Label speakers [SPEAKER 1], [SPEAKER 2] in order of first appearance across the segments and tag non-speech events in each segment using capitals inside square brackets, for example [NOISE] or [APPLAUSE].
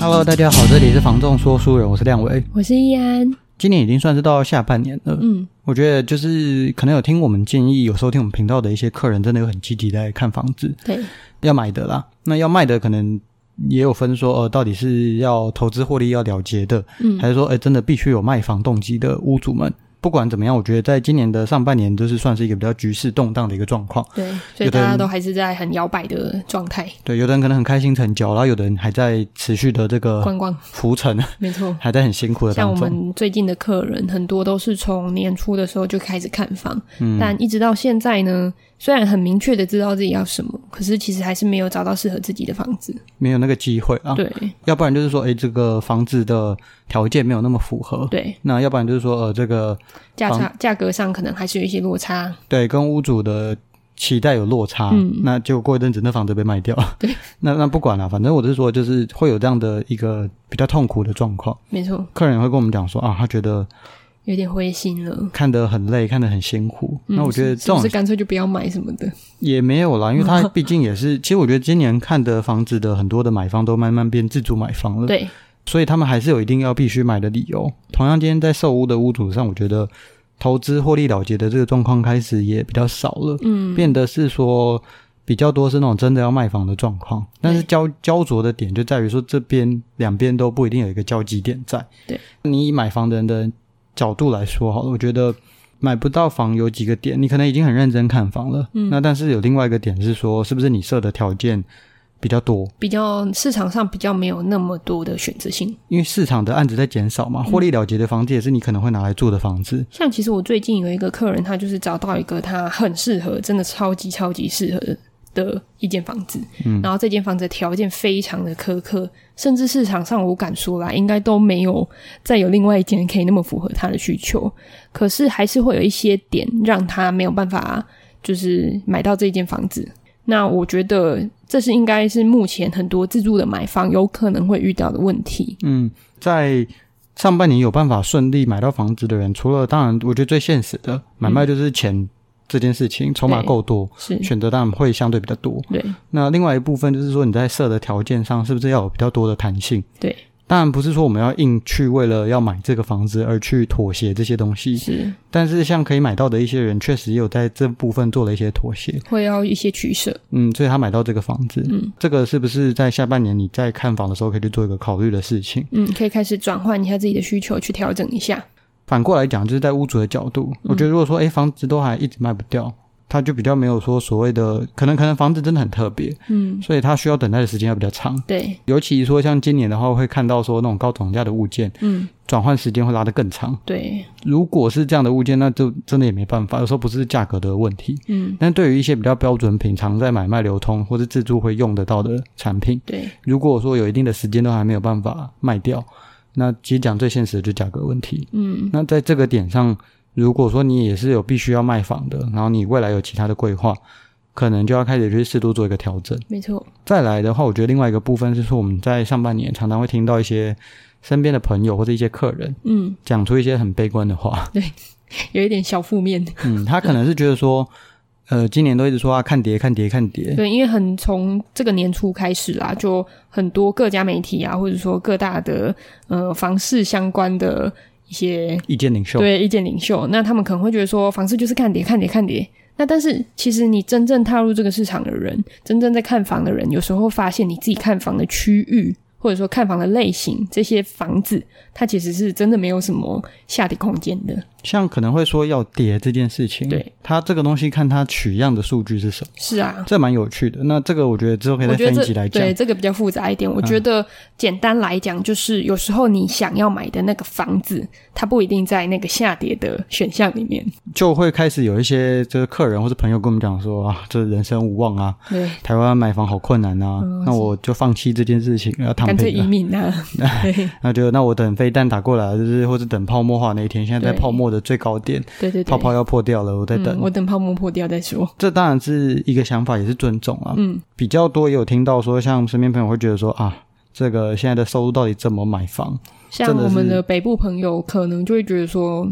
[SPEAKER 1] Hello，大家好，这里是房仲说书人，我是亮维。
[SPEAKER 2] 我是易安，
[SPEAKER 1] 今年已经算是到下半年了，
[SPEAKER 2] 嗯，
[SPEAKER 1] 我觉得就是可能有听我们建议，有收听我们频道的一些客人，真的有很积极在看房子
[SPEAKER 2] 对，
[SPEAKER 1] 要买的啦。那要卖的可能也有分说，呃，到底是要投资获利要了结的，
[SPEAKER 2] 嗯
[SPEAKER 1] 还是说，哎、真的必须有卖房动机的屋主们。不管怎么样，我觉得在今年的上半年，就是算是一个比较局势动荡的一个状况。
[SPEAKER 3] 对，所以
[SPEAKER 1] 有
[SPEAKER 3] 大
[SPEAKER 1] 的人
[SPEAKER 3] 家都还是在很摇摆的状态
[SPEAKER 1] 对，有的人可能很开心成交，然后有的人还在持续的这
[SPEAKER 3] 观
[SPEAKER 2] 啊
[SPEAKER 1] 个
[SPEAKER 3] 光，
[SPEAKER 1] 浮沉， [LAUGHS]
[SPEAKER 3] 没错。
[SPEAKER 1] 还在很辛苦的
[SPEAKER 3] 像
[SPEAKER 1] 当
[SPEAKER 3] 我
[SPEAKER 1] 中。
[SPEAKER 3] 们最近的客人，很多都是从年初的时候就开始看房，
[SPEAKER 2] 嗯
[SPEAKER 3] 但一直到现在呢，虽然很明确的知道自己要什么，可是其实还是没有找到适合自己的房子。
[SPEAKER 1] 没有那个机会啊。，
[SPEAKER 3] 对
[SPEAKER 1] 要不然就是说，哎，这个房子的条件没有那么符合。，
[SPEAKER 3] 对，
[SPEAKER 1] 那要不然就是说，呃，这个
[SPEAKER 3] 价
[SPEAKER 1] 房
[SPEAKER 3] 差价格上可能还是有一些落差。
[SPEAKER 1] 对跟屋主的期待有落差，
[SPEAKER 3] 嗯
[SPEAKER 1] 那结果过一阵子那房子被卖掉。
[SPEAKER 3] 对，
[SPEAKER 1] [LAUGHS] 那那不管了、反正我是说，就是会有这样的一个比较痛苦的状况。
[SPEAKER 3] 没错，
[SPEAKER 1] 客人也会跟我们讲说啊，他觉得
[SPEAKER 3] 有点灰心了。
[SPEAKER 1] 看得很累，看得很辛苦。那我觉得
[SPEAKER 3] 嗯是
[SPEAKER 1] 这
[SPEAKER 3] 是不
[SPEAKER 1] 种
[SPEAKER 3] 是干脆就不要买什么的？
[SPEAKER 1] 也没有啦，因为他毕竟也是，其实我觉得今年看的房子的很多的买方都慢慢变自主买方了，，
[SPEAKER 3] 对，
[SPEAKER 1] 所以他们还是有一定要必须买的理由。同样，今天在售屋的屋主上，我觉得投资获利了结的这个状况开始也比较少了，
[SPEAKER 3] 嗯，
[SPEAKER 1] 变得是说比较多是那种真的要卖房的状况，但是焦焦灼的点就在于说这边两边都不一定有一个交集点在。
[SPEAKER 3] 对，
[SPEAKER 1] 你以买房的人的角度来说好了，我觉得买不到房有几个点，你可能已经很认真看房了，嗯，那但是有另外一个点是说，是不是你设的条件比较多？
[SPEAKER 3] 比较市场上比较没有那么多的选择性。
[SPEAKER 1] 因为市场的案子在减少嘛，获利了结的房子也是你可能会拿来住的房子，
[SPEAKER 3] 像其实我最近有一个客人，他就是找到一个他很适合，真的超级超级适合的一间房子，嗯、然后这间房子的条件非常的苛刻，甚至市场上我敢说啦，应该都没有再有另外一间可以那么符合他的需求，可是还是会有一些点让他没有办法就是买到这间房子。那我觉得这是应该是目前很多自住的买方有可能会遇到的问题。
[SPEAKER 1] 嗯，在上半年有办法顺利买到房子的人，除了当然，我觉得最现实的买卖就是钱这件事情，筹码够多，
[SPEAKER 3] 是，
[SPEAKER 1] 选择当然会相对比较多。
[SPEAKER 3] 对，
[SPEAKER 1] 那另外一部分就是说，你在设的条件上是不是要有比较多的弹性？
[SPEAKER 3] 对，
[SPEAKER 1] 当然不是说我们要硬去为了要买这个房子而去妥协这些东西，
[SPEAKER 3] 是
[SPEAKER 1] 但是像可以买到的一些人，确实也有在这部分做了一些妥协。
[SPEAKER 3] 会要一些取舍。
[SPEAKER 1] 嗯，所以他买到这个房子，
[SPEAKER 3] 嗯，
[SPEAKER 1] 这个是不是在下半年你在看房的时候可以去做一个考虑的事情？
[SPEAKER 3] 嗯，可以开始转换一下自己的需求，去调整一下。
[SPEAKER 1] 反过来讲，就是在屋主的角度，我觉得如果说，哎、房子都还一直卖不掉，他就比较没有说所谓的，可能可能房子真的很特别，
[SPEAKER 3] 嗯，
[SPEAKER 1] 所以他需要等待的时间要比较长。
[SPEAKER 3] 对，
[SPEAKER 1] 尤其说像今年的话，会看到说那种高总价的物件，
[SPEAKER 3] 嗯，
[SPEAKER 1] 转换时间会拉得更长。
[SPEAKER 3] 对，
[SPEAKER 1] 如果是这样的物件，那就真的也没办法，有时候不是价格的问题。
[SPEAKER 3] 嗯，
[SPEAKER 1] 但对于一些比较标准品，常在买卖流通或是自住会用得到的产品，
[SPEAKER 3] 对，
[SPEAKER 1] 如果说有一定的时间都还没有办法卖掉，那其实讲最现实的就是价格问题。
[SPEAKER 3] 嗯，
[SPEAKER 1] 那在这个点上，如果说你也是有必须要卖房的，然后你未来有其他的规划，可能就要开始去适度做一个调整。
[SPEAKER 3] 没错，
[SPEAKER 1] 再来的话，我觉得另外一个部分是说，我们在上半年常常会听到一些身边的朋友或者一些客人
[SPEAKER 3] 嗯，
[SPEAKER 1] 讲出一些很悲观的
[SPEAKER 3] [LAUGHS]
[SPEAKER 1] 话。
[SPEAKER 3] 有一点小负面，
[SPEAKER 1] 嗯，他可能是觉得说，呃，今年都一直说啊，看跌，看跌，看跌。
[SPEAKER 3] 对，因为很从这个年初开始啦，就很多各家媒体啊，或者说各大的呃房市相关的一些
[SPEAKER 1] 意见领袖，
[SPEAKER 3] 对意见领袖，那他们可能会觉得说房市就是看跌、看跌、看跌。那但是其实你真正踏入这个市场的人，真正在看房的人，有时候发现你自己看房的区域。或者说看房的类型，这些房子它其实是真的没有什么下跌空间的。
[SPEAKER 1] 像可能会说要叠这件事情，
[SPEAKER 3] 对
[SPEAKER 1] 它这个东西看它取样的数据是什么，
[SPEAKER 3] 是啊，
[SPEAKER 1] 这蛮有趣的。那这个我觉得之后可以
[SPEAKER 3] 我
[SPEAKER 1] 再
[SPEAKER 3] 觉得
[SPEAKER 1] 分一集
[SPEAKER 3] 这
[SPEAKER 1] 来讲
[SPEAKER 3] 对。这个比较复杂一点。我觉得简单来讲，就是有时候你想要买的那个房子，它不一定在那个下跌的选项里面。
[SPEAKER 1] 就会开始有一些就是客人或是朋友跟我们讲说啊，这人生无望啊，
[SPEAKER 3] 对，
[SPEAKER 1] 台湾买房好困难啊，那我就放弃这件事情，要躺
[SPEAKER 3] 哦干脆
[SPEAKER 1] 平
[SPEAKER 3] 移
[SPEAKER 1] 了。
[SPEAKER 3] 民啊，对
[SPEAKER 1] 那就那我等飞弹打过来，就是或者等泡沫化那一天，现在在
[SPEAKER 3] 对
[SPEAKER 1] 泡沫的最高点，
[SPEAKER 3] 对对对，
[SPEAKER 1] 泡泡要破掉了，我在等。
[SPEAKER 3] 嗯，我等泡沫破掉再说。
[SPEAKER 1] 这当然是一个想法，也是尊重啊。
[SPEAKER 3] 嗯，
[SPEAKER 1] 比较多也有听到说，像身边朋友会觉得说啊，这个现在的收入到底怎么买房？
[SPEAKER 3] 像
[SPEAKER 1] 真的
[SPEAKER 3] 我们
[SPEAKER 1] 是
[SPEAKER 3] 的北部朋友，可能就会觉得说，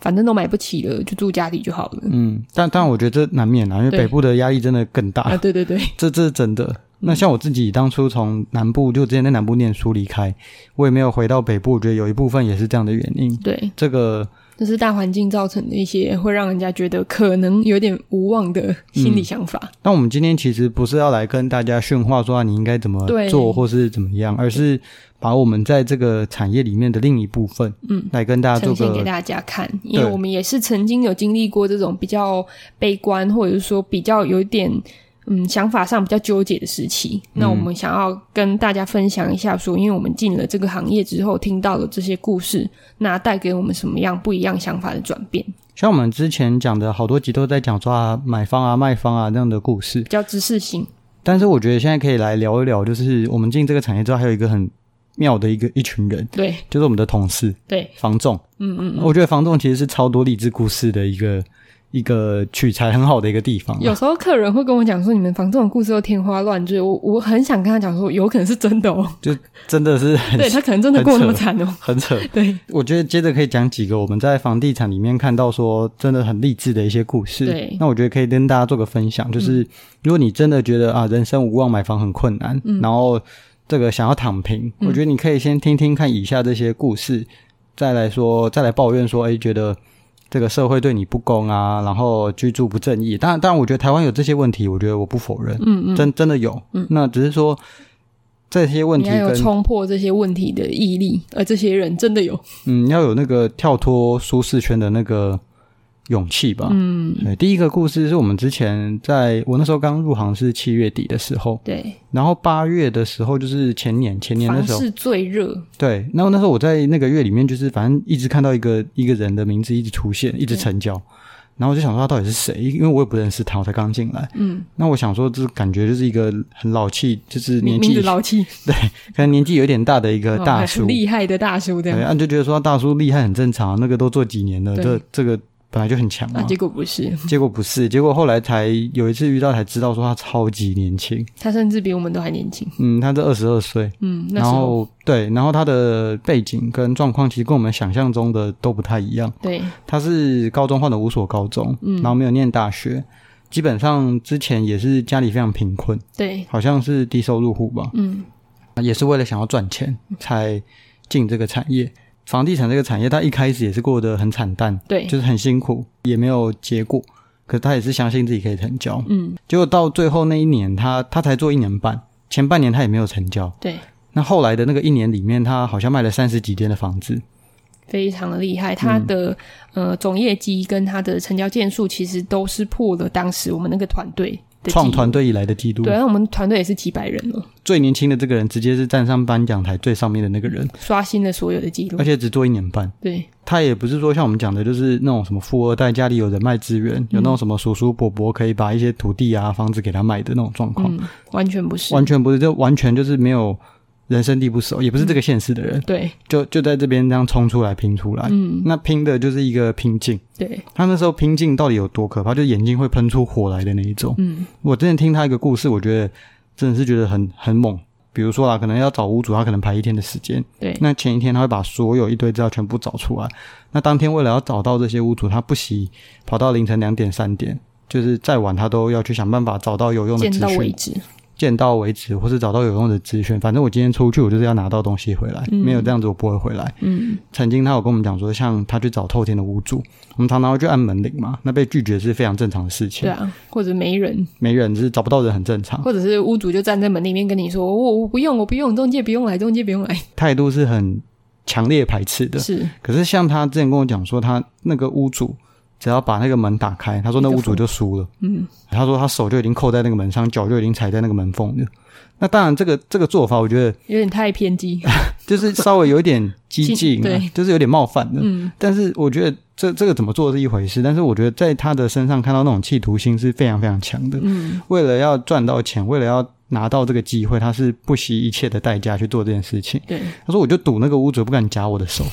[SPEAKER 3] 反正都买不起了，就住家里就好了。
[SPEAKER 1] 嗯，但但我觉得这难免啊，因为
[SPEAKER 3] 对
[SPEAKER 1] 北部的压力真的更
[SPEAKER 3] 啊，
[SPEAKER 1] 大，
[SPEAKER 3] 对对对，
[SPEAKER 1] [LAUGHS] 这这是真的。那像我自己当初从南部，就之前在南部念书离开，我也没有回到北部，我觉得有一部分也是这样的原因。
[SPEAKER 3] 对，
[SPEAKER 1] 这个
[SPEAKER 3] 这是大环境造成的一些会让人家觉得可能有点无望的心理想法。
[SPEAKER 1] 那我们今天其实不是要来跟大家训话说、啊、你应该怎么
[SPEAKER 3] 对
[SPEAKER 1] 做或是怎么样，而是把我们在这个产业里面的另一部分，
[SPEAKER 3] 嗯，
[SPEAKER 1] 来跟大家做
[SPEAKER 3] 呈现给
[SPEAKER 1] 个
[SPEAKER 3] 大家看，因为
[SPEAKER 1] 对
[SPEAKER 3] 我们也是曾经有经历过这种比较悲观，或者是说比较有一点嗯想法上比较纠结的时期。
[SPEAKER 1] 嗯
[SPEAKER 3] 那我们想要跟大家分享一下说，因为我们进了这个行业之后，听到了这些故事，那带给我们什么样不一样想法的转变，比
[SPEAKER 1] 像我们之前讲的好多集都在讲说啊买方啊卖方啊这样的故事，
[SPEAKER 3] 较知识性。
[SPEAKER 1] 但是我觉得现在可以来聊一聊，就是我们进这个产业之后，还有一个很妙的一个一群人，
[SPEAKER 3] 对
[SPEAKER 1] 就是我们的同事
[SPEAKER 3] 对，
[SPEAKER 1] 房仲。
[SPEAKER 3] 嗯嗯，
[SPEAKER 1] 我觉得房仲其实是超多励志故事的一个一个取材很好的一个地方啊、
[SPEAKER 3] 有时候客人会跟我讲说，你们房这种故事都天花乱坠，我我很想跟他讲说，有可能是真的哦，
[SPEAKER 1] 就真的是 [LAUGHS] 很
[SPEAKER 3] 对他可能真的过那么惨哦，
[SPEAKER 1] 很扯。
[SPEAKER 3] 对
[SPEAKER 1] 我觉得接着可以讲几个我们在房地产里面看到说真的很励志的一些故事。
[SPEAKER 3] 对嗯
[SPEAKER 1] 那我觉得可以跟大家做个分享，就是如果你真的觉得啊人生无望，买房很困难，
[SPEAKER 3] 嗯
[SPEAKER 1] 然后这个想要躺平，我觉得你可以先听听看以下这些故事，再来说再来抱怨说，哎，觉得。这个社会对你不公啊，然后居住不正义，当然，当然，我觉得台湾有这些问题，我觉得我不否认，嗯嗯，真真的有，嗯，那只是说这些问
[SPEAKER 3] 你
[SPEAKER 1] 题
[SPEAKER 3] 要有
[SPEAKER 1] 跟
[SPEAKER 3] 冲破这些问题的毅力，而这些人真的有，
[SPEAKER 1] 嗯，要有那个跳脱舒适圈的那个勇气吧。
[SPEAKER 3] 嗯，
[SPEAKER 1] 对，第一个故事是我们之前在我那时候刚入行是七月底的时候，
[SPEAKER 3] 对，
[SPEAKER 1] 然后八月的时候就是前年前年的
[SPEAKER 3] 房
[SPEAKER 1] 时候，
[SPEAKER 3] 市最热，
[SPEAKER 1] 对，然后那时候我在那个月里面就是反正一直看到一个一个人的名字一直出现，一直成交，
[SPEAKER 3] 嗯
[SPEAKER 1] 然后我就想说他啊到底是谁，因为我也不认识他，我才刚进来，
[SPEAKER 3] 嗯，
[SPEAKER 1] 那我想说这感觉就是一个很老气，就是
[SPEAKER 3] 名
[SPEAKER 1] 年
[SPEAKER 3] 名
[SPEAKER 1] 纪
[SPEAKER 3] 字老气，
[SPEAKER 1] 可能年纪有点大的一个大
[SPEAKER 3] 哦
[SPEAKER 1] 叔，
[SPEAKER 3] 很厉害的大叔这
[SPEAKER 1] 对，
[SPEAKER 3] 样，
[SPEAKER 1] 啊，就觉得说大叔厉害很正常啊，那个都做几年了，
[SPEAKER 3] 对
[SPEAKER 1] 这这个本来就很强
[SPEAKER 3] 啊，
[SPEAKER 1] 嘛。
[SPEAKER 3] 结果不是，
[SPEAKER 1] [LAUGHS] 结果不是，结果后来才有一次遇到，才知道说他超级年轻，
[SPEAKER 3] 他甚至比我们都还年轻，
[SPEAKER 1] 嗯，他这二十二岁，
[SPEAKER 3] 嗯，那
[SPEAKER 1] 然
[SPEAKER 3] 时候
[SPEAKER 1] 后对，然后他的背景跟状况其实跟我们想象中的都不太一样。
[SPEAKER 3] 对，
[SPEAKER 1] 他是高中换的五所高中，嗯，然后没有念大学，基本上之前也是家里非常贫困，
[SPEAKER 3] 对，
[SPEAKER 1] 好像是低收入户吧，
[SPEAKER 3] 嗯，
[SPEAKER 1] 也是为了想要赚钱才进这个产业。房地产这个产业，他一开始也是过得很惨淡，
[SPEAKER 3] 对，
[SPEAKER 1] 就是很辛苦，也没有结果。可是他也是相信自己可以成交，
[SPEAKER 3] 嗯，
[SPEAKER 1] 结果到最后那一年，他他才做一年半，前半年他也没有成交。
[SPEAKER 3] 对，
[SPEAKER 1] 那后来的那个一年里面，他好像卖了三十几间的房子，
[SPEAKER 3] 非常的厉害，
[SPEAKER 1] 嗯
[SPEAKER 3] 他的、呃总业绩跟他的成交件数其实都是破了当时我们那个团队的
[SPEAKER 1] 创
[SPEAKER 3] 记录
[SPEAKER 1] 团。队以来的记录
[SPEAKER 3] 对，。那我们团队也是几百人了，
[SPEAKER 1] 最年轻的这个人直接是站上颁奖台最上面的那个人，
[SPEAKER 3] 刷新了所有的记录
[SPEAKER 1] 而。且只做一年半。
[SPEAKER 3] 对
[SPEAKER 1] 他也不是说像我们讲的，就是那种什么富二代家里有人脉资
[SPEAKER 3] 嗯
[SPEAKER 1] 源，有那种什么叔叔伯伯可以把一些土地啊、房子给他买的那种状况，
[SPEAKER 3] 嗯，完全不是。
[SPEAKER 1] 完全不是，就完全就是没有人生地不熟，也不是这个县市的人。
[SPEAKER 3] 对
[SPEAKER 1] 就就在这边这样冲出来拼出来。
[SPEAKER 3] 嗯，
[SPEAKER 1] 那拼的就是一个拼劲。
[SPEAKER 3] 对，
[SPEAKER 1] 他那时候拼劲到底有多可怕？就眼睛会喷出火来的那一种。
[SPEAKER 3] 嗯，
[SPEAKER 1] 我之前听他一个故事，我觉得真的是觉得很很猛。比如说啦，可能要找屋主，他可能排一天的时间。
[SPEAKER 3] 对
[SPEAKER 1] 那前一天他会把所有一堆资料全部找出来。那当天为了要找到这些屋主，他不惜跑到凌晨两点、三点，就是再晚他都要去想办法找到有用的
[SPEAKER 3] 见
[SPEAKER 1] 资
[SPEAKER 3] 到为
[SPEAKER 1] 讯，
[SPEAKER 3] 止。
[SPEAKER 1] 见到为止，或是找到有用的资讯。反正我今天出去，我就是要拿到东西回来，没有这样子我不会回来。
[SPEAKER 3] 嗯，
[SPEAKER 1] 曾经他有跟我们讲说，像他去找透天的屋主，我们常常会去按门铃嘛，那被拒绝是非常正常的事情，
[SPEAKER 3] 对啊，或者没人，
[SPEAKER 1] 没人是找不到人很正常，
[SPEAKER 3] 或者是哦屋主就站在门里面跟你说：“我我不用，我不用，中介不用来，中介不用来。
[SPEAKER 1] 态度是很强烈排斥的。
[SPEAKER 3] 是
[SPEAKER 1] 可是像他之前跟我讲说，他那个屋主只要把那个门打开，他说那屋主就输了。
[SPEAKER 3] 嗯，
[SPEAKER 1] 他说他手就已经扣在那个门上，脚就已经踩在那个门缝了。那当然，这个这个做法，我觉得
[SPEAKER 3] 有点太偏
[SPEAKER 1] [LAUGHS]
[SPEAKER 3] 激。
[SPEAKER 1] 就是稍微有一点激进、啊
[SPEAKER 3] 对，
[SPEAKER 1] 就是有点冒犯的。
[SPEAKER 3] 嗯，
[SPEAKER 1] 但是我觉得这这个怎么做是一回事，但是我觉得在他的身上看到那种企图心是非常非常强的。嗯，为了要赚到钱，为了要拿到这个机会，他是不惜一切的代价去做这件事情。
[SPEAKER 3] 对，
[SPEAKER 1] 他说：“我就赌那个屋主不敢夹我的手，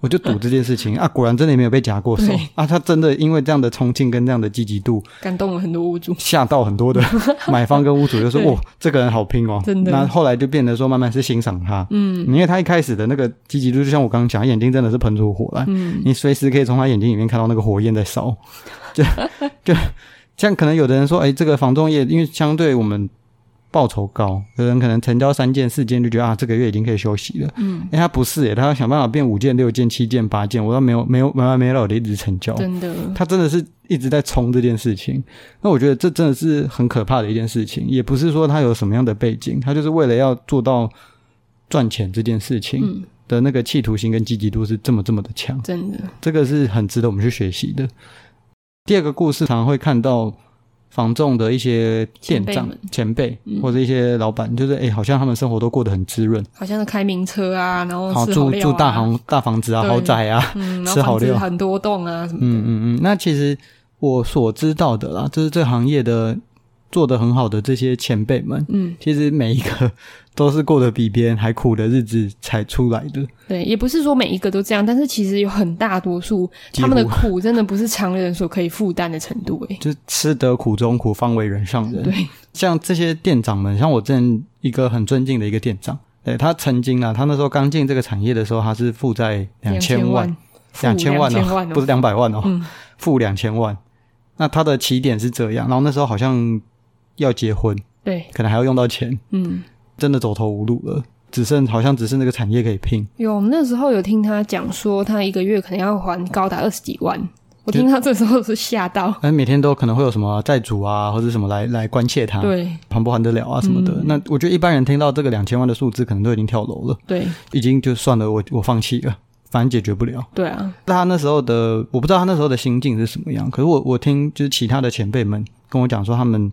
[SPEAKER 1] 我就赌这件事情啊！果然真的没有被夹过手
[SPEAKER 3] 对
[SPEAKER 1] 啊！他真的因为这样的冲劲跟这样的积极度，
[SPEAKER 3] 感动了很多屋主。
[SPEAKER 1] 吓到
[SPEAKER 3] [LAUGHS]
[SPEAKER 1] 很多的买方跟屋主，就说：‘
[SPEAKER 3] 对
[SPEAKER 1] 哇，这个人好拼哦！’
[SPEAKER 3] 真的
[SPEAKER 1] 那后来就变得说，慢慢是欣赏他，嗯，因为他一开始的那个积极度，就像我刚刚讲，眼睛真的是喷出火来，嗯，你随时可以从他眼睛里面看到那个火焰
[SPEAKER 3] [LAUGHS]
[SPEAKER 1] 在烧，就就像可能有的人说：‘哎，这个房仲业因为相对我们。’”报酬高，有人可能成交三件、四件就觉得啊，这个月已经可以休息了。嗯，哎、他不是耶，他要想办法变五件、六件、七件、八件，我都没有、没有、没完没了的一直成交。
[SPEAKER 3] 真的，
[SPEAKER 1] 他真的是一直在冲这件事情。那我觉得这真的是很可怕的一件事情，也不是说他有什么样的背景，他就是为了要做到赚钱这件事
[SPEAKER 3] 嗯
[SPEAKER 1] 情的那个企图心跟积极度是这么这么的强。
[SPEAKER 3] 真的，
[SPEAKER 1] 这个是很值得我们去学习的。第二个故事常常会看到房仲的一些店
[SPEAKER 3] 前辈
[SPEAKER 1] 长
[SPEAKER 3] 们嗯
[SPEAKER 1] 前辈或者一些老板，就是哎、诶好像他们生活都过得很滋润，
[SPEAKER 3] 好像是开名车啊，然后
[SPEAKER 1] 好
[SPEAKER 3] 吃好
[SPEAKER 1] 住
[SPEAKER 3] 料
[SPEAKER 1] 住大
[SPEAKER 3] 啊，
[SPEAKER 1] 房大房子啊、
[SPEAKER 3] 对
[SPEAKER 1] 豪宅啊，
[SPEAKER 3] 嗯，然
[SPEAKER 1] 吃
[SPEAKER 3] 后
[SPEAKER 1] 好
[SPEAKER 3] 房子
[SPEAKER 1] 料
[SPEAKER 3] 很多栋啊什么的。
[SPEAKER 1] 嗯嗯嗯。那其实我所知道的啦，就是这行业的做得很好的这些前辈们，
[SPEAKER 3] 嗯，
[SPEAKER 1] 其实每一个 [LAUGHS] 都是过得比别人还苦的日子才出来的。
[SPEAKER 3] 对，也不是说每一个都这样，但是其实有很大多数
[SPEAKER 1] 几乎
[SPEAKER 3] 他们的苦真的不是常人所可以负担的程度、欸，
[SPEAKER 1] 就吃得苦中苦，方为人上人。
[SPEAKER 3] 对，
[SPEAKER 1] 像这些店长们，像我之前一个很尊敬的一个店长，对他曾经啊，他那时候刚进这个产业的时候，他是负债两千万，
[SPEAKER 3] 负
[SPEAKER 1] 两千万
[SPEAKER 3] 两千万
[SPEAKER 1] 不是两百万哦，
[SPEAKER 3] 嗯
[SPEAKER 1] 负两千万。那他的起点是这样，然后那时候好像要结婚，
[SPEAKER 3] 对，
[SPEAKER 1] 可能还要用到钱，
[SPEAKER 3] 嗯，
[SPEAKER 1] 真的走投无路了，只剩好像只剩这个产业可以拼。
[SPEAKER 3] 有我们那时候有听他讲说，他一个月可能要还高达二十几万，我听他这时候是吓到，
[SPEAKER 1] 哎但每天都可能会有什么债主啊，或者什么来来关切他，
[SPEAKER 3] 对
[SPEAKER 1] 还不还得了啊什么的。那我觉得一般人听到这个两千万的数字，可能都已经跳楼了。
[SPEAKER 3] 对
[SPEAKER 1] 已经就算了，我我放弃了，反正解决不了。
[SPEAKER 3] 对啊，
[SPEAKER 1] 那他那时候的，我不知道他那时候的心境是什么样。可是我我听就是其他的前辈们跟我讲说，他们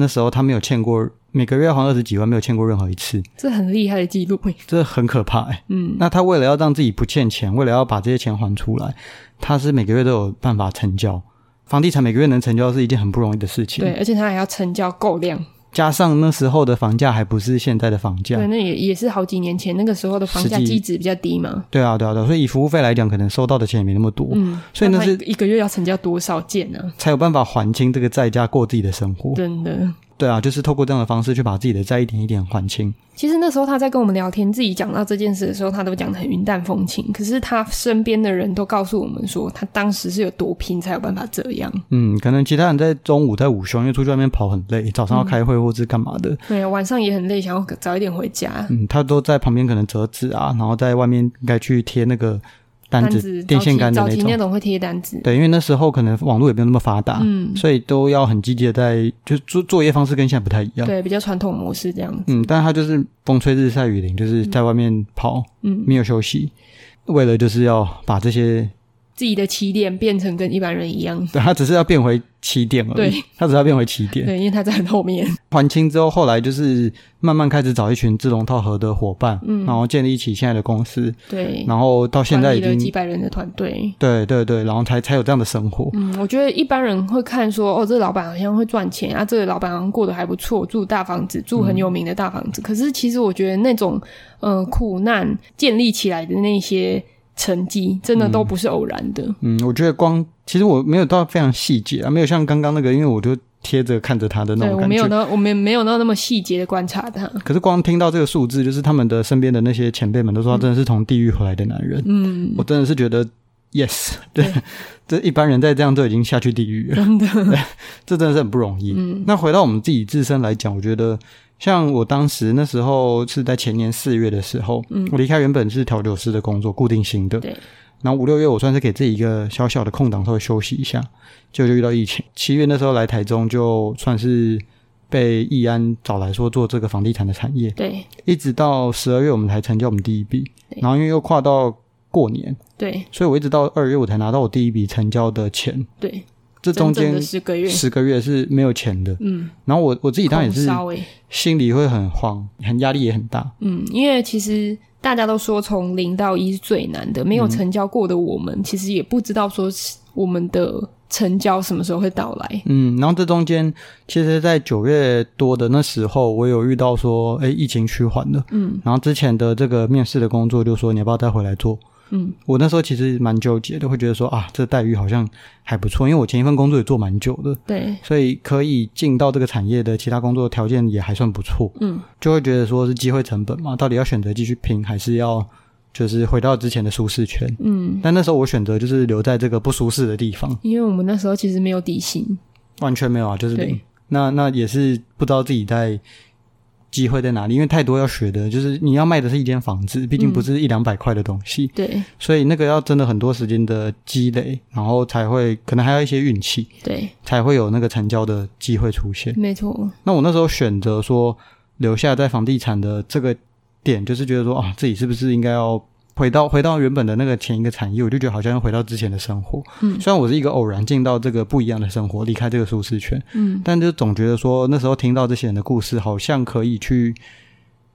[SPEAKER 1] 那时候他没有欠过，每个月还二十几万，没有欠过任何一次，
[SPEAKER 3] 这很厉害的记录、
[SPEAKER 1] [LAUGHS]
[SPEAKER 3] 欸，
[SPEAKER 1] 这很可怕、欸。
[SPEAKER 3] 嗯，
[SPEAKER 1] 那他为了要让自己不欠钱，为了要把这些钱还出来，他是每个月都有办法成交。房地产每个月能成交是一件很不容易的事情，
[SPEAKER 3] 对，，而且他还要成交够量，
[SPEAKER 1] 加上那时候的房价还不是现在的房价
[SPEAKER 3] 对，，那也也是好几年前那个时候的房价
[SPEAKER 1] 实际
[SPEAKER 3] 基值比较低嘛，
[SPEAKER 1] 对啊，对啊，对啊，所以以服务费来讲，可能收到的钱也没那么多，
[SPEAKER 3] 嗯，
[SPEAKER 1] 所以那
[SPEAKER 3] 他
[SPEAKER 1] 是
[SPEAKER 3] 一个月要成交多少件呢、啊？
[SPEAKER 1] 才有办法还清这个债价，过自己的生活。
[SPEAKER 3] 真的，
[SPEAKER 1] 对啊，就是透过这样的方式去把自己的债一点一点还清。
[SPEAKER 3] 其实那时候他在跟我们聊天，自己讲到这件事的时候，他都讲得很云淡风轻。可是他身边的人都告诉我们说，他当时是有多拼才有办法这样。
[SPEAKER 1] 嗯，可能其他人在中午在午休，因为出去外面跑很累，早
[SPEAKER 3] 嗯
[SPEAKER 1] 上要开会或是干嘛的，
[SPEAKER 3] 对，啊晚上也很累，想要早一点回家。
[SPEAKER 1] 嗯，他都在旁边可能折纸啊，然后在外面应该去贴那个单
[SPEAKER 3] 单
[SPEAKER 1] 子、
[SPEAKER 3] 子
[SPEAKER 1] 电线杆的
[SPEAKER 3] 早期早期
[SPEAKER 1] 种
[SPEAKER 3] 那。种会贴单子，
[SPEAKER 1] 对，因为那时候可能网络也没有那么发达，
[SPEAKER 3] 嗯
[SPEAKER 1] 所以都要很积极的在，就是作作业方式跟现在不太一样。
[SPEAKER 3] 对，啊比较传统模式这样子。
[SPEAKER 1] 嗯，但他就是风吹日晒雨淋，就是在外面跑，
[SPEAKER 3] 嗯，
[SPEAKER 1] 没有休息，为了就是要把这些
[SPEAKER 3] 自己的起点变成跟一般人一样。
[SPEAKER 1] 对他只是要变回起点而已
[SPEAKER 3] 对，
[SPEAKER 1] 他只是要变回起点。
[SPEAKER 3] 对，因为他在很后面。
[SPEAKER 1] 还清之后，后来就是慢慢开始找一群志同道合的伙伴，
[SPEAKER 3] 嗯
[SPEAKER 1] 然后建立起现在的公司，
[SPEAKER 3] [LAUGHS] 对，
[SPEAKER 1] 然后到现在已
[SPEAKER 3] 管理了几
[SPEAKER 1] 经
[SPEAKER 3] 百人的团队。
[SPEAKER 1] 对对对，然后才才有这样的生活。
[SPEAKER 3] 嗯，我觉得一般人会看说，哦，这个老板好像会赚钱啊，这个老板好像过得还不错，住大房子，
[SPEAKER 1] 嗯
[SPEAKER 3] 住很有名的大房子。可是其实我觉得那种，呃，苦难建立起来的那些成绩，真的都不是偶然的。
[SPEAKER 1] 嗯，我觉得光其实我没有到非常细节啊，没有像刚刚那个，因为我就贴着看着他的那
[SPEAKER 3] 对
[SPEAKER 1] 种
[SPEAKER 3] 我
[SPEAKER 1] 感
[SPEAKER 3] 没有
[SPEAKER 1] 觉。
[SPEAKER 3] 到，我们没有到那么细节的观察他。
[SPEAKER 1] 可是光听到这个数字，就是他们的身边的那些前辈们都说，他真的是从地狱回来的男人。
[SPEAKER 3] 嗯，
[SPEAKER 1] 我真的是觉得，yes，对， [LAUGHS] 这一般人再这样都已经下去地狱了，真的，这真的是很不容易。嗯，那回到我们自己自身来讲，我觉得像我当时那时候是在前年四月的时候，嗯，我离开原本是调酒师的工作，固定型的，
[SPEAKER 3] 对，
[SPEAKER 1] 然后五六月我算是给自己一个小小的空档，稍微休息一下，结果就遇到疫情。七月那时候来台中，就算是被易安找来说做这个房地产的产业，
[SPEAKER 3] 对
[SPEAKER 1] 一直到十二月我们才成交我们第一笔，
[SPEAKER 3] 对
[SPEAKER 1] 然后因为又跨到过年，
[SPEAKER 3] 对
[SPEAKER 1] 所以我一直到二月我才拿到我第一笔成交的钱，
[SPEAKER 3] 对，
[SPEAKER 1] 这中
[SPEAKER 3] 整整
[SPEAKER 1] 间
[SPEAKER 3] 的十个月，
[SPEAKER 1] 十个月是没有钱的。
[SPEAKER 3] 嗯，
[SPEAKER 1] 然后我我自己当然也
[SPEAKER 3] 空
[SPEAKER 1] 是
[SPEAKER 3] 烧欸
[SPEAKER 1] 心里会很慌，很压力也很大。
[SPEAKER 3] 嗯，因为其实大家都说从零到一是最难的，没
[SPEAKER 1] 嗯
[SPEAKER 3] 有成交过的我们，其实也不知道说是我们的成交什么时候会到来。
[SPEAKER 1] 嗯，然后这中间，其实，在九月多的那时候，我有遇到说，哎，疫情趋缓了，
[SPEAKER 3] 嗯
[SPEAKER 1] 然后之前的这个面试的工作就说你要不要再回来做？
[SPEAKER 3] 嗯，
[SPEAKER 1] 我那时候其实蛮纠结的，会觉得说啊，这待遇好像还不错，因为我前一份工作也做蛮久的，
[SPEAKER 3] 对，
[SPEAKER 1] 所以可以进到这个产业的其他工作条件也还算不错，
[SPEAKER 3] 嗯，
[SPEAKER 1] 就会觉得说是机会成本嘛，到底要选择继续拼，还是要就是回到之前的舒适圈？
[SPEAKER 3] 嗯，
[SPEAKER 1] 但那时候我选择就是留在这个不舒适的地方，
[SPEAKER 3] 因为我们那时候其实没有底薪，
[SPEAKER 1] 完全没有啊，就是零
[SPEAKER 3] 对。
[SPEAKER 1] 那那也是不知道自己在机会在哪里，因为太多要学的，就是你要卖的是一间房子，毕
[SPEAKER 3] 嗯
[SPEAKER 1] 竟不是一两百块的东西，
[SPEAKER 3] 对
[SPEAKER 1] 所以那个要真的很多时间的积累，然后才会可能还要一些运气，
[SPEAKER 3] 对，
[SPEAKER 1] 才会有那个成交的机会出现。
[SPEAKER 3] 没错，
[SPEAKER 1] 那我那时候选择说留下在房地产的这个点，就是觉得说啊，自己是不是应该要回到回到原本的那个前一个产业？我就觉得好像要回到之前的生活。
[SPEAKER 3] 嗯
[SPEAKER 1] 虽然我是一个偶然进到这个不一样的生活，离开这个舒适圈，
[SPEAKER 3] 嗯
[SPEAKER 1] 但就总觉得说那时候听到这些人的故事，好像可以去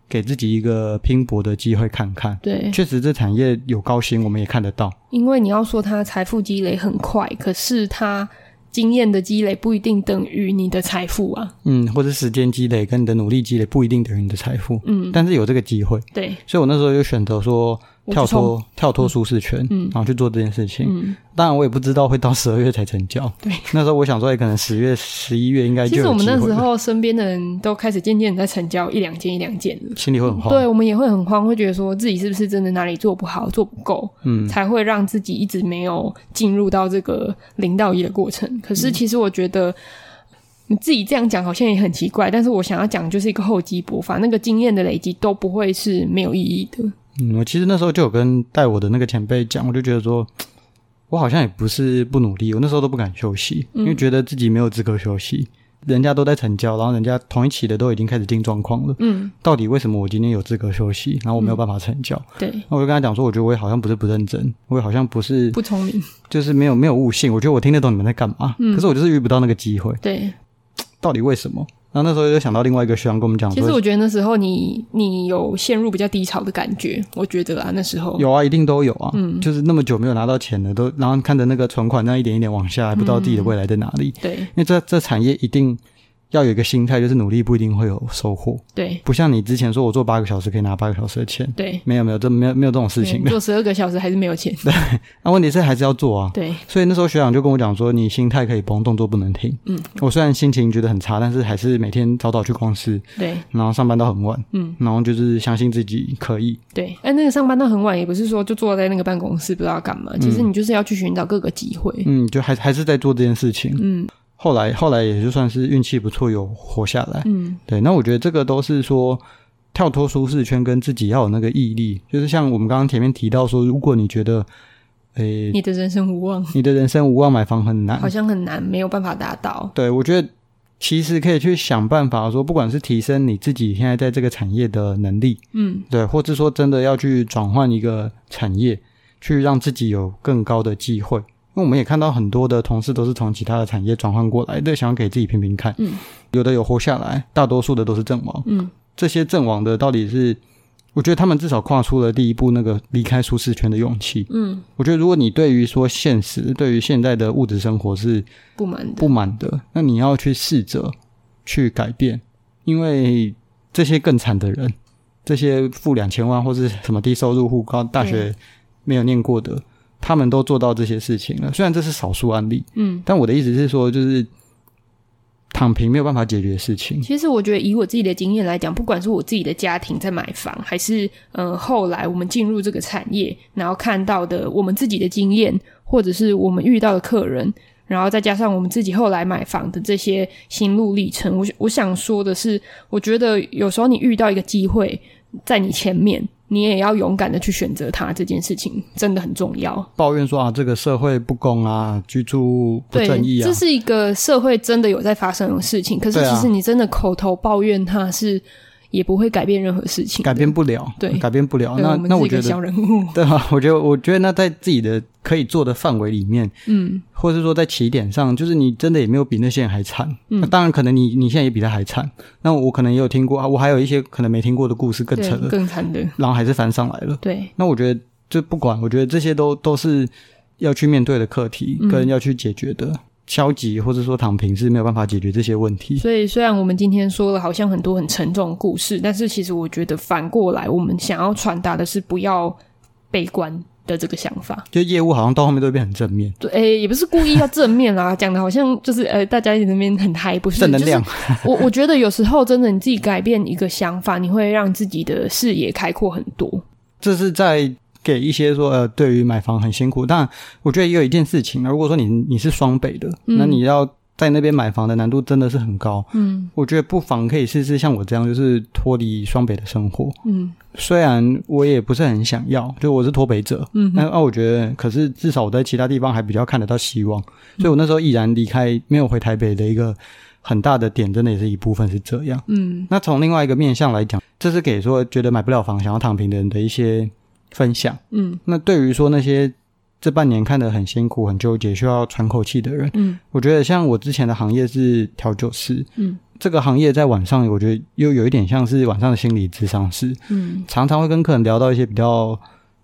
[SPEAKER 1] 给自己一个拼搏的机会看看。
[SPEAKER 3] 对，
[SPEAKER 1] 确实，这产业有高薪，我们也看得到。
[SPEAKER 3] 因为你要说他财富积累很快，可是他经验的积累不一定等于你的财富啊。
[SPEAKER 1] 嗯，或者时间积累跟你的努力积累不一定等于你的财富，
[SPEAKER 3] 嗯，
[SPEAKER 1] 但是有这个机会，
[SPEAKER 3] 对，
[SPEAKER 1] 所以我那时候就选择说
[SPEAKER 3] 我去
[SPEAKER 1] 跳脱跳脱舒适圈，
[SPEAKER 3] 嗯
[SPEAKER 1] 然后去做这件事情。
[SPEAKER 3] 嗯，
[SPEAKER 1] 当然，我也不知道会到十二月才成交。
[SPEAKER 3] 对，
[SPEAKER 1] 那时候我想说，也哎可能十月、十一月应该
[SPEAKER 3] 其
[SPEAKER 1] 就
[SPEAKER 3] 实我
[SPEAKER 1] 有
[SPEAKER 3] 们
[SPEAKER 1] 机
[SPEAKER 3] 那
[SPEAKER 1] 会
[SPEAKER 3] 时
[SPEAKER 1] 了。
[SPEAKER 3] 候身边的人都开始渐渐在成交一两件一两件了。
[SPEAKER 1] 心里会很慌。
[SPEAKER 3] 对，我们也会很慌，会觉得说自己是不是真的哪里做不好、做不够，
[SPEAKER 1] 嗯
[SPEAKER 3] 才会让自己一直没有进入到这个零到一的过程。可
[SPEAKER 1] 嗯
[SPEAKER 3] 是其实我觉得。你自己这样讲好像也很奇怪，但是我想要讲就是一个厚积薄发，那个经验的累积都不会是没有意义的。
[SPEAKER 1] 嗯，我其实那时候就有跟带我的那个前辈讲，我就觉得说，我好像也不是不努力，我那时候都不敢休息，因
[SPEAKER 3] 嗯
[SPEAKER 1] 为觉得自己没有资格休息。人家都在成交，然后人家同一期的都已经开始进状况了，
[SPEAKER 3] 嗯，
[SPEAKER 1] 到底为什么我今天有资格休息，然后我没有办法成交？
[SPEAKER 3] 对，
[SPEAKER 1] 那我就跟他讲说，我觉得我也好像不是不认真，我也好像不是
[SPEAKER 3] 不聪明，
[SPEAKER 1] 就是没有没有悟性，我觉得我听得懂你们在干嘛，
[SPEAKER 3] 嗯
[SPEAKER 1] 可是我就是遇不到那个机会，
[SPEAKER 3] 对。
[SPEAKER 1] 到底为什么？然后那时候就想到另外一个学长跟我们讲
[SPEAKER 3] 其实
[SPEAKER 1] 说，
[SPEAKER 3] 我觉得那时候你你有陷入比较低潮的感觉，我觉得啊那时候
[SPEAKER 1] 有啊，一定都有啊，
[SPEAKER 3] 嗯
[SPEAKER 1] 就是那么久没有拿到钱了，都然后看着那个存款那样一点一点往下，不知道自己的未来在哪里。
[SPEAKER 3] 对
[SPEAKER 1] 因为这这产业一定要有一个心态，就是努力不一定会有收获，
[SPEAKER 3] 对
[SPEAKER 1] 不像你之前说我做八个小时可以拿八个小时的钱，
[SPEAKER 3] 对，
[SPEAKER 1] 没有没有这没有没有这种事情
[SPEAKER 3] 对
[SPEAKER 1] 的。
[SPEAKER 3] 做十二个小时还是没有
[SPEAKER 1] [LAUGHS]
[SPEAKER 3] 钱，
[SPEAKER 1] 那、问题是还是要做啊，
[SPEAKER 3] 对
[SPEAKER 1] 所以那时候学长就跟我讲说，你心态可以崩，动作不能停。
[SPEAKER 3] 嗯，
[SPEAKER 1] 我虽然心情觉得很差，但是还是每天早早去公司，
[SPEAKER 3] 对
[SPEAKER 1] 然后上班到很晚。
[SPEAKER 3] 嗯，
[SPEAKER 1] 然后就是相信自己可以。
[SPEAKER 3] 对。哎，那个上班到很晚，也不是说就坐在那个办公室不知道干嘛，其实你就是要去寻找各个机会。
[SPEAKER 1] 嗯，就还还是在做这件事情。
[SPEAKER 3] 嗯
[SPEAKER 1] 后来后来也就算是运气不错，有活下来。
[SPEAKER 3] 嗯
[SPEAKER 1] 对，那我觉得这个都是说跳脱舒适圈，跟自己要有那个毅力。就是像我们刚刚前面提到说，如果你觉得，诶、
[SPEAKER 3] 你的人生无望，
[SPEAKER 1] 你的人生无望买房很难
[SPEAKER 3] 好，像很难，没有办法达到。
[SPEAKER 1] 对，我觉得其实可以去想办法说，不管是提升你自己现在在这个产业的能力，
[SPEAKER 3] 嗯，
[SPEAKER 1] 对，或是说真的要去转换一个产业，去让自己有更高的机会。因为我们也看到很多的同事都是从其他的产业转换过来的，想要给自己拼拼看。
[SPEAKER 3] 嗯，
[SPEAKER 1] 有的有活下来，大多数的都是阵亡。
[SPEAKER 3] 嗯，
[SPEAKER 1] 这些阵亡的到底是，我觉得他们至少跨出了第一步，那个离开舒适圈的勇气。
[SPEAKER 3] 嗯，
[SPEAKER 1] 我觉得如果你对于说现实，对于现在的物质生活是
[SPEAKER 3] 不满的
[SPEAKER 1] 不。满的，那你要去试着去改变，因为这些更惨的人，这些负两千万或是什么低收入户、高大学没有念过的，他们都做到这些事情了。虽然这是少数案例，
[SPEAKER 3] 嗯，
[SPEAKER 1] 但我的意思是说，就是躺平没有办法解决事情。
[SPEAKER 3] 其实我觉得以我自己的经验来讲，不管是我自己的家庭在买房，还是呃后来我们进入这个产业，然后看到的我们自己的经验，或者是我们遇到的客人，然后再加上我们自己后来买房的这些心路历程，我我想说的是，我觉得有时候你遇到一个机会在你前面，你也要勇敢的去选择它，这件事情真的很重要。
[SPEAKER 1] 抱怨说啊，这个社会不公啊，居住不
[SPEAKER 3] 对，
[SPEAKER 1] 正义啊
[SPEAKER 3] 这，是一个社会真的有在发生的事情。可是
[SPEAKER 1] 对啊
[SPEAKER 3] 其实你真的口头抱怨它是也不会改变任何事情的，
[SPEAKER 1] 改变不了，
[SPEAKER 3] 对
[SPEAKER 1] 改变不了。
[SPEAKER 3] 对
[SPEAKER 1] 那
[SPEAKER 3] 我们
[SPEAKER 1] 那
[SPEAKER 3] 是
[SPEAKER 1] 我
[SPEAKER 3] 一
[SPEAKER 1] 觉
[SPEAKER 3] 个
[SPEAKER 1] 得
[SPEAKER 3] 小人物，
[SPEAKER 1] [LAUGHS] 对啊，我觉得，我觉得那在自己的可以做的范围里面，
[SPEAKER 3] 嗯，
[SPEAKER 1] 或是说在起点上，就是你真的也没有比那些人还惨。
[SPEAKER 3] 嗯
[SPEAKER 1] 那当然，可能你你现在也比他还惨。那我可能也有听过啊，我还有一些可能没听过的故事更
[SPEAKER 3] 对
[SPEAKER 1] 扯，的，
[SPEAKER 3] 更惨
[SPEAKER 1] [LAUGHS]
[SPEAKER 3] 的，
[SPEAKER 1] 然后还是翻上来了。
[SPEAKER 3] 对，
[SPEAKER 1] 那我觉得，就不管，我觉得这些都都是要去面对的课题，
[SPEAKER 3] 嗯
[SPEAKER 1] 跟要去解决的。消极或者说躺平是没有办法解决这些问题。
[SPEAKER 3] 所以，虽然我们今天说了好像很多很沉重的故事，但是其实我觉得反过来，我们想要传达的是不要悲观的这个想法。
[SPEAKER 1] 就业务好像到后面都会变很正面，
[SPEAKER 3] 对，诶、也不是故意要正面啦， [LAUGHS] 讲的好像就是呃，大家一直在那边很嗨，不是
[SPEAKER 1] 正能量。
[SPEAKER 3] 就是
[SPEAKER 1] [LAUGHS]
[SPEAKER 3] 我我觉得有时候真的你自己改变一个想法，你会让自己的视野开阔很多。
[SPEAKER 1] 这是在给一些说呃，对于买房很辛苦，但我觉得也有一件事情，如果说你你是双北的，
[SPEAKER 3] 嗯
[SPEAKER 1] 那你要在那边买房的难度真的是很高。
[SPEAKER 3] 嗯
[SPEAKER 1] 我觉得不妨可以试试像我这样，就是脱离双北的生活。
[SPEAKER 3] 嗯
[SPEAKER 1] 虽然我也不是很想要，就我是脱北者，
[SPEAKER 3] 嗯
[SPEAKER 1] 那啊那我觉得，可是至少我在其他地方还比较看得到希望，所以我那时候毅然离开，没有回台北的一个很大的点，真的也是一部分是这样。
[SPEAKER 3] 嗯，
[SPEAKER 1] 那从另外一个面向来讲，这是给说觉得买不了房想要躺平的人的一些分享。
[SPEAKER 3] 嗯，
[SPEAKER 1] 那对于说那些这半年看得很辛苦、很纠结、需要喘口气的人，
[SPEAKER 3] 嗯，
[SPEAKER 1] 我觉得像我之前的行业是调酒师，
[SPEAKER 3] 嗯，
[SPEAKER 1] 这个行业在晚上，我觉得又有一点像是晚上的心理咨商师，
[SPEAKER 3] 嗯，
[SPEAKER 1] 常常会跟客人聊到一些比较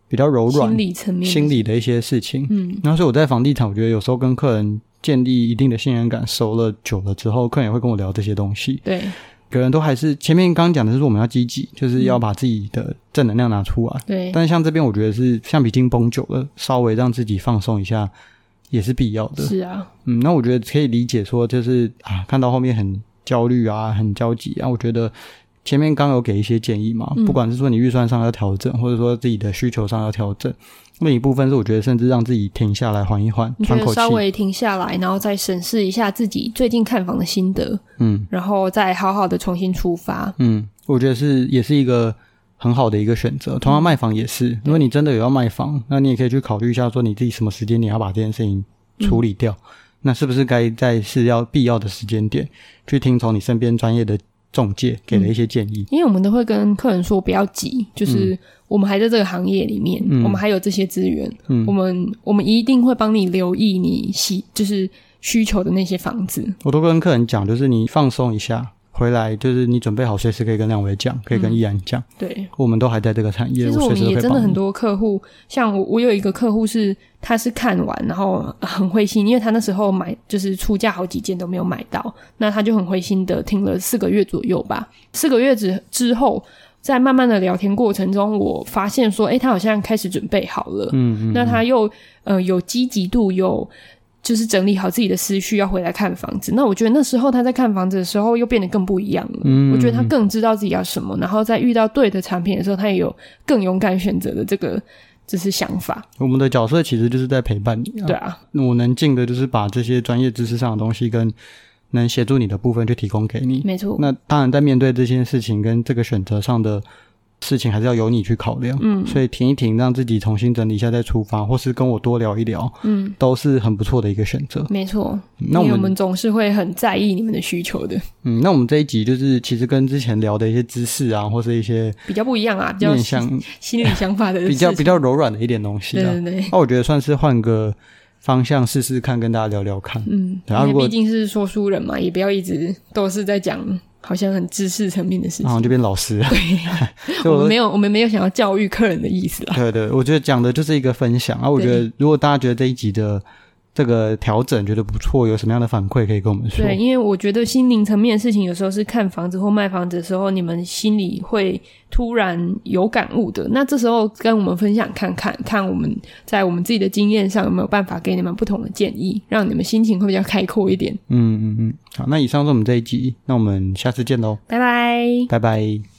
[SPEAKER 1] 比较柔软
[SPEAKER 3] 心理层面，
[SPEAKER 1] 心，理的一些事情。
[SPEAKER 3] 嗯
[SPEAKER 1] 然后所以我在房地产，我觉得有时候跟客人建立一定的信任感，熟了久了之后，客人也会跟我聊这些东西。
[SPEAKER 3] 对，
[SPEAKER 1] 个人都还是前面刚刚讲的是说我们要积极，就是要把自己的正能量拿出来。
[SPEAKER 3] 嗯对，
[SPEAKER 1] 但像这边我觉得是橡皮筋绷久了，稍微让自己放松一下也是必要的。
[SPEAKER 3] 是啊，
[SPEAKER 1] 嗯，那我觉得可以理解说就是啊，看到后面很焦虑啊，很焦急啊，我觉得。前面刚有给一些建议嘛，
[SPEAKER 3] 嗯
[SPEAKER 1] 不管是说你预算上要调整，或者说自己的需求上要调整，另一部分是我觉得甚至让自己停下来缓一缓，
[SPEAKER 3] 你觉
[SPEAKER 1] 喘
[SPEAKER 3] 得
[SPEAKER 1] 口气
[SPEAKER 3] 稍，微停下来，然后再审视一下自己最近看房的心得，
[SPEAKER 1] 嗯
[SPEAKER 3] 然后再好好的重新出发。
[SPEAKER 1] 嗯，我觉得是也是一个很好的一个选择。同样卖房也是，
[SPEAKER 3] 嗯
[SPEAKER 1] 如果你真的有要卖房，那你也可以去考虑一下，说你自己什么时间点要把这件事情处理
[SPEAKER 3] 嗯
[SPEAKER 1] 掉。那是不是该在是要必要的时间点去听从你身边专业的中介给的一些建议？
[SPEAKER 3] 因为我们都会跟客人说不要急，就是我们还在这个行业里面，
[SPEAKER 1] 嗯
[SPEAKER 3] 我们还有这些资源，
[SPEAKER 1] 嗯
[SPEAKER 3] 我们我们一定会帮你留意你喜就是需求的那些房子。
[SPEAKER 1] 我都跟客人讲，就是你放松一下，回来就是你准备好，随时可以跟亮伟讲，可以跟
[SPEAKER 3] 嗯
[SPEAKER 1] 依然讲，
[SPEAKER 3] 对，
[SPEAKER 1] 我们都还在这个产业，
[SPEAKER 3] 其实我
[SPEAKER 1] 随
[SPEAKER 3] 们
[SPEAKER 1] 时都
[SPEAKER 3] 也
[SPEAKER 1] 可以
[SPEAKER 3] 真
[SPEAKER 1] 帮
[SPEAKER 3] 的
[SPEAKER 1] 你
[SPEAKER 3] 很多客户，像我，我有一个客户是他是看完然后很灰心，因为他那时候买就是出价好几件都没有买到，那他就很灰心的听了四个月左右吧，四个月之之后。在慢慢的聊天过程中，我发现说，诶、他好像开始准备好了，
[SPEAKER 1] 嗯嗯，
[SPEAKER 3] 那他又呃有积极度，有就是整理好自己的思绪，要回来看房子。那我觉得那时候他在看房子的时候，又变得更不一样了。
[SPEAKER 1] 嗯
[SPEAKER 3] 我觉得他更知道自己要什么，然后在遇到对的产品的时候，他也有更勇敢选择的这个就是想法。
[SPEAKER 1] 我们的角色其实就是在陪伴你、啊，
[SPEAKER 3] 对啊，
[SPEAKER 1] 我能尽的就是把这些专业知识上的东西跟能协助你的部分去提供给你。
[SPEAKER 3] 没错。
[SPEAKER 1] 那当然，在面对这件事情跟这个选择上的事情，还是要由你去考量。
[SPEAKER 3] 嗯
[SPEAKER 1] 所以停一停，让自己重新整理一下再出发，或是跟我多聊一聊，
[SPEAKER 3] 嗯，
[SPEAKER 1] 都是很不错的一个选择。
[SPEAKER 3] 没错。
[SPEAKER 1] 那我
[SPEAKER 3] 因为
[SPEAKER 1] 们
[SPEAKER 3] 我们总是会很在意你们的需求的，
[SPEAKER 1] 嗯，那我们这一集就是其实跟之前聊的一些知识啊，或是一些
[SPEAKER 3] 比较不一样啊，比较
[SPEAKER 1] 面向
[SPEAKER 3] 心理想法的事情，
[SPEAKER 1] [LAUGHS] 比较比较柔软的一点东西
[SPEAKER 3] 对
[SPEAKER 1] 啊
[SPEAKER 3] 对。对。
[SPEAKER 1] 那我觉得算是换个方向试试看，跟大家聊聊看。
[SPEAKER 3] 嗯，
[SPEAKER 1] 然后
[SPEAKER 3] 因
[SPEAKER 1] 啊如果
[SPEAKER 3] 为毕竟是说书人嘛，也不要一直都是在讲好像很知识层面的事
[SPEAKER 1] 然
[SPEAKER 3] 情
[SPEAKER 1] 啊后。就变老师了，
[SPEAKER 3] [LAUGHS]
[SPEAKER 1] 对
[SPEAKER 3] 我们没有，我们没有想要教育客人的意思啦。
[SPEAKER 1] [LAUGHS] 对对，我觉得讲的就是一个分享啊。我觉得如果大家觉得这一集的这个调整觉得不错，有什么样的反馈可以跟我们说？
[SPEAKER 3] 对，因为我觉得心灵层面的事情，有时候是看房子或卖房子的时候，你们心里会突然有感悟的。那这时候跟我们分享看看，看我们在我们自己的经验上有没有办法给你们不同的建议，让你们心情会比较开阔一点。
[SPEAKER 1] 嗯嗯嗯，好，那以上是我们这一集，那我们下次见喽，
[SPEAKER 3] 拜拜。
[SPEAKER 1] 拜拜。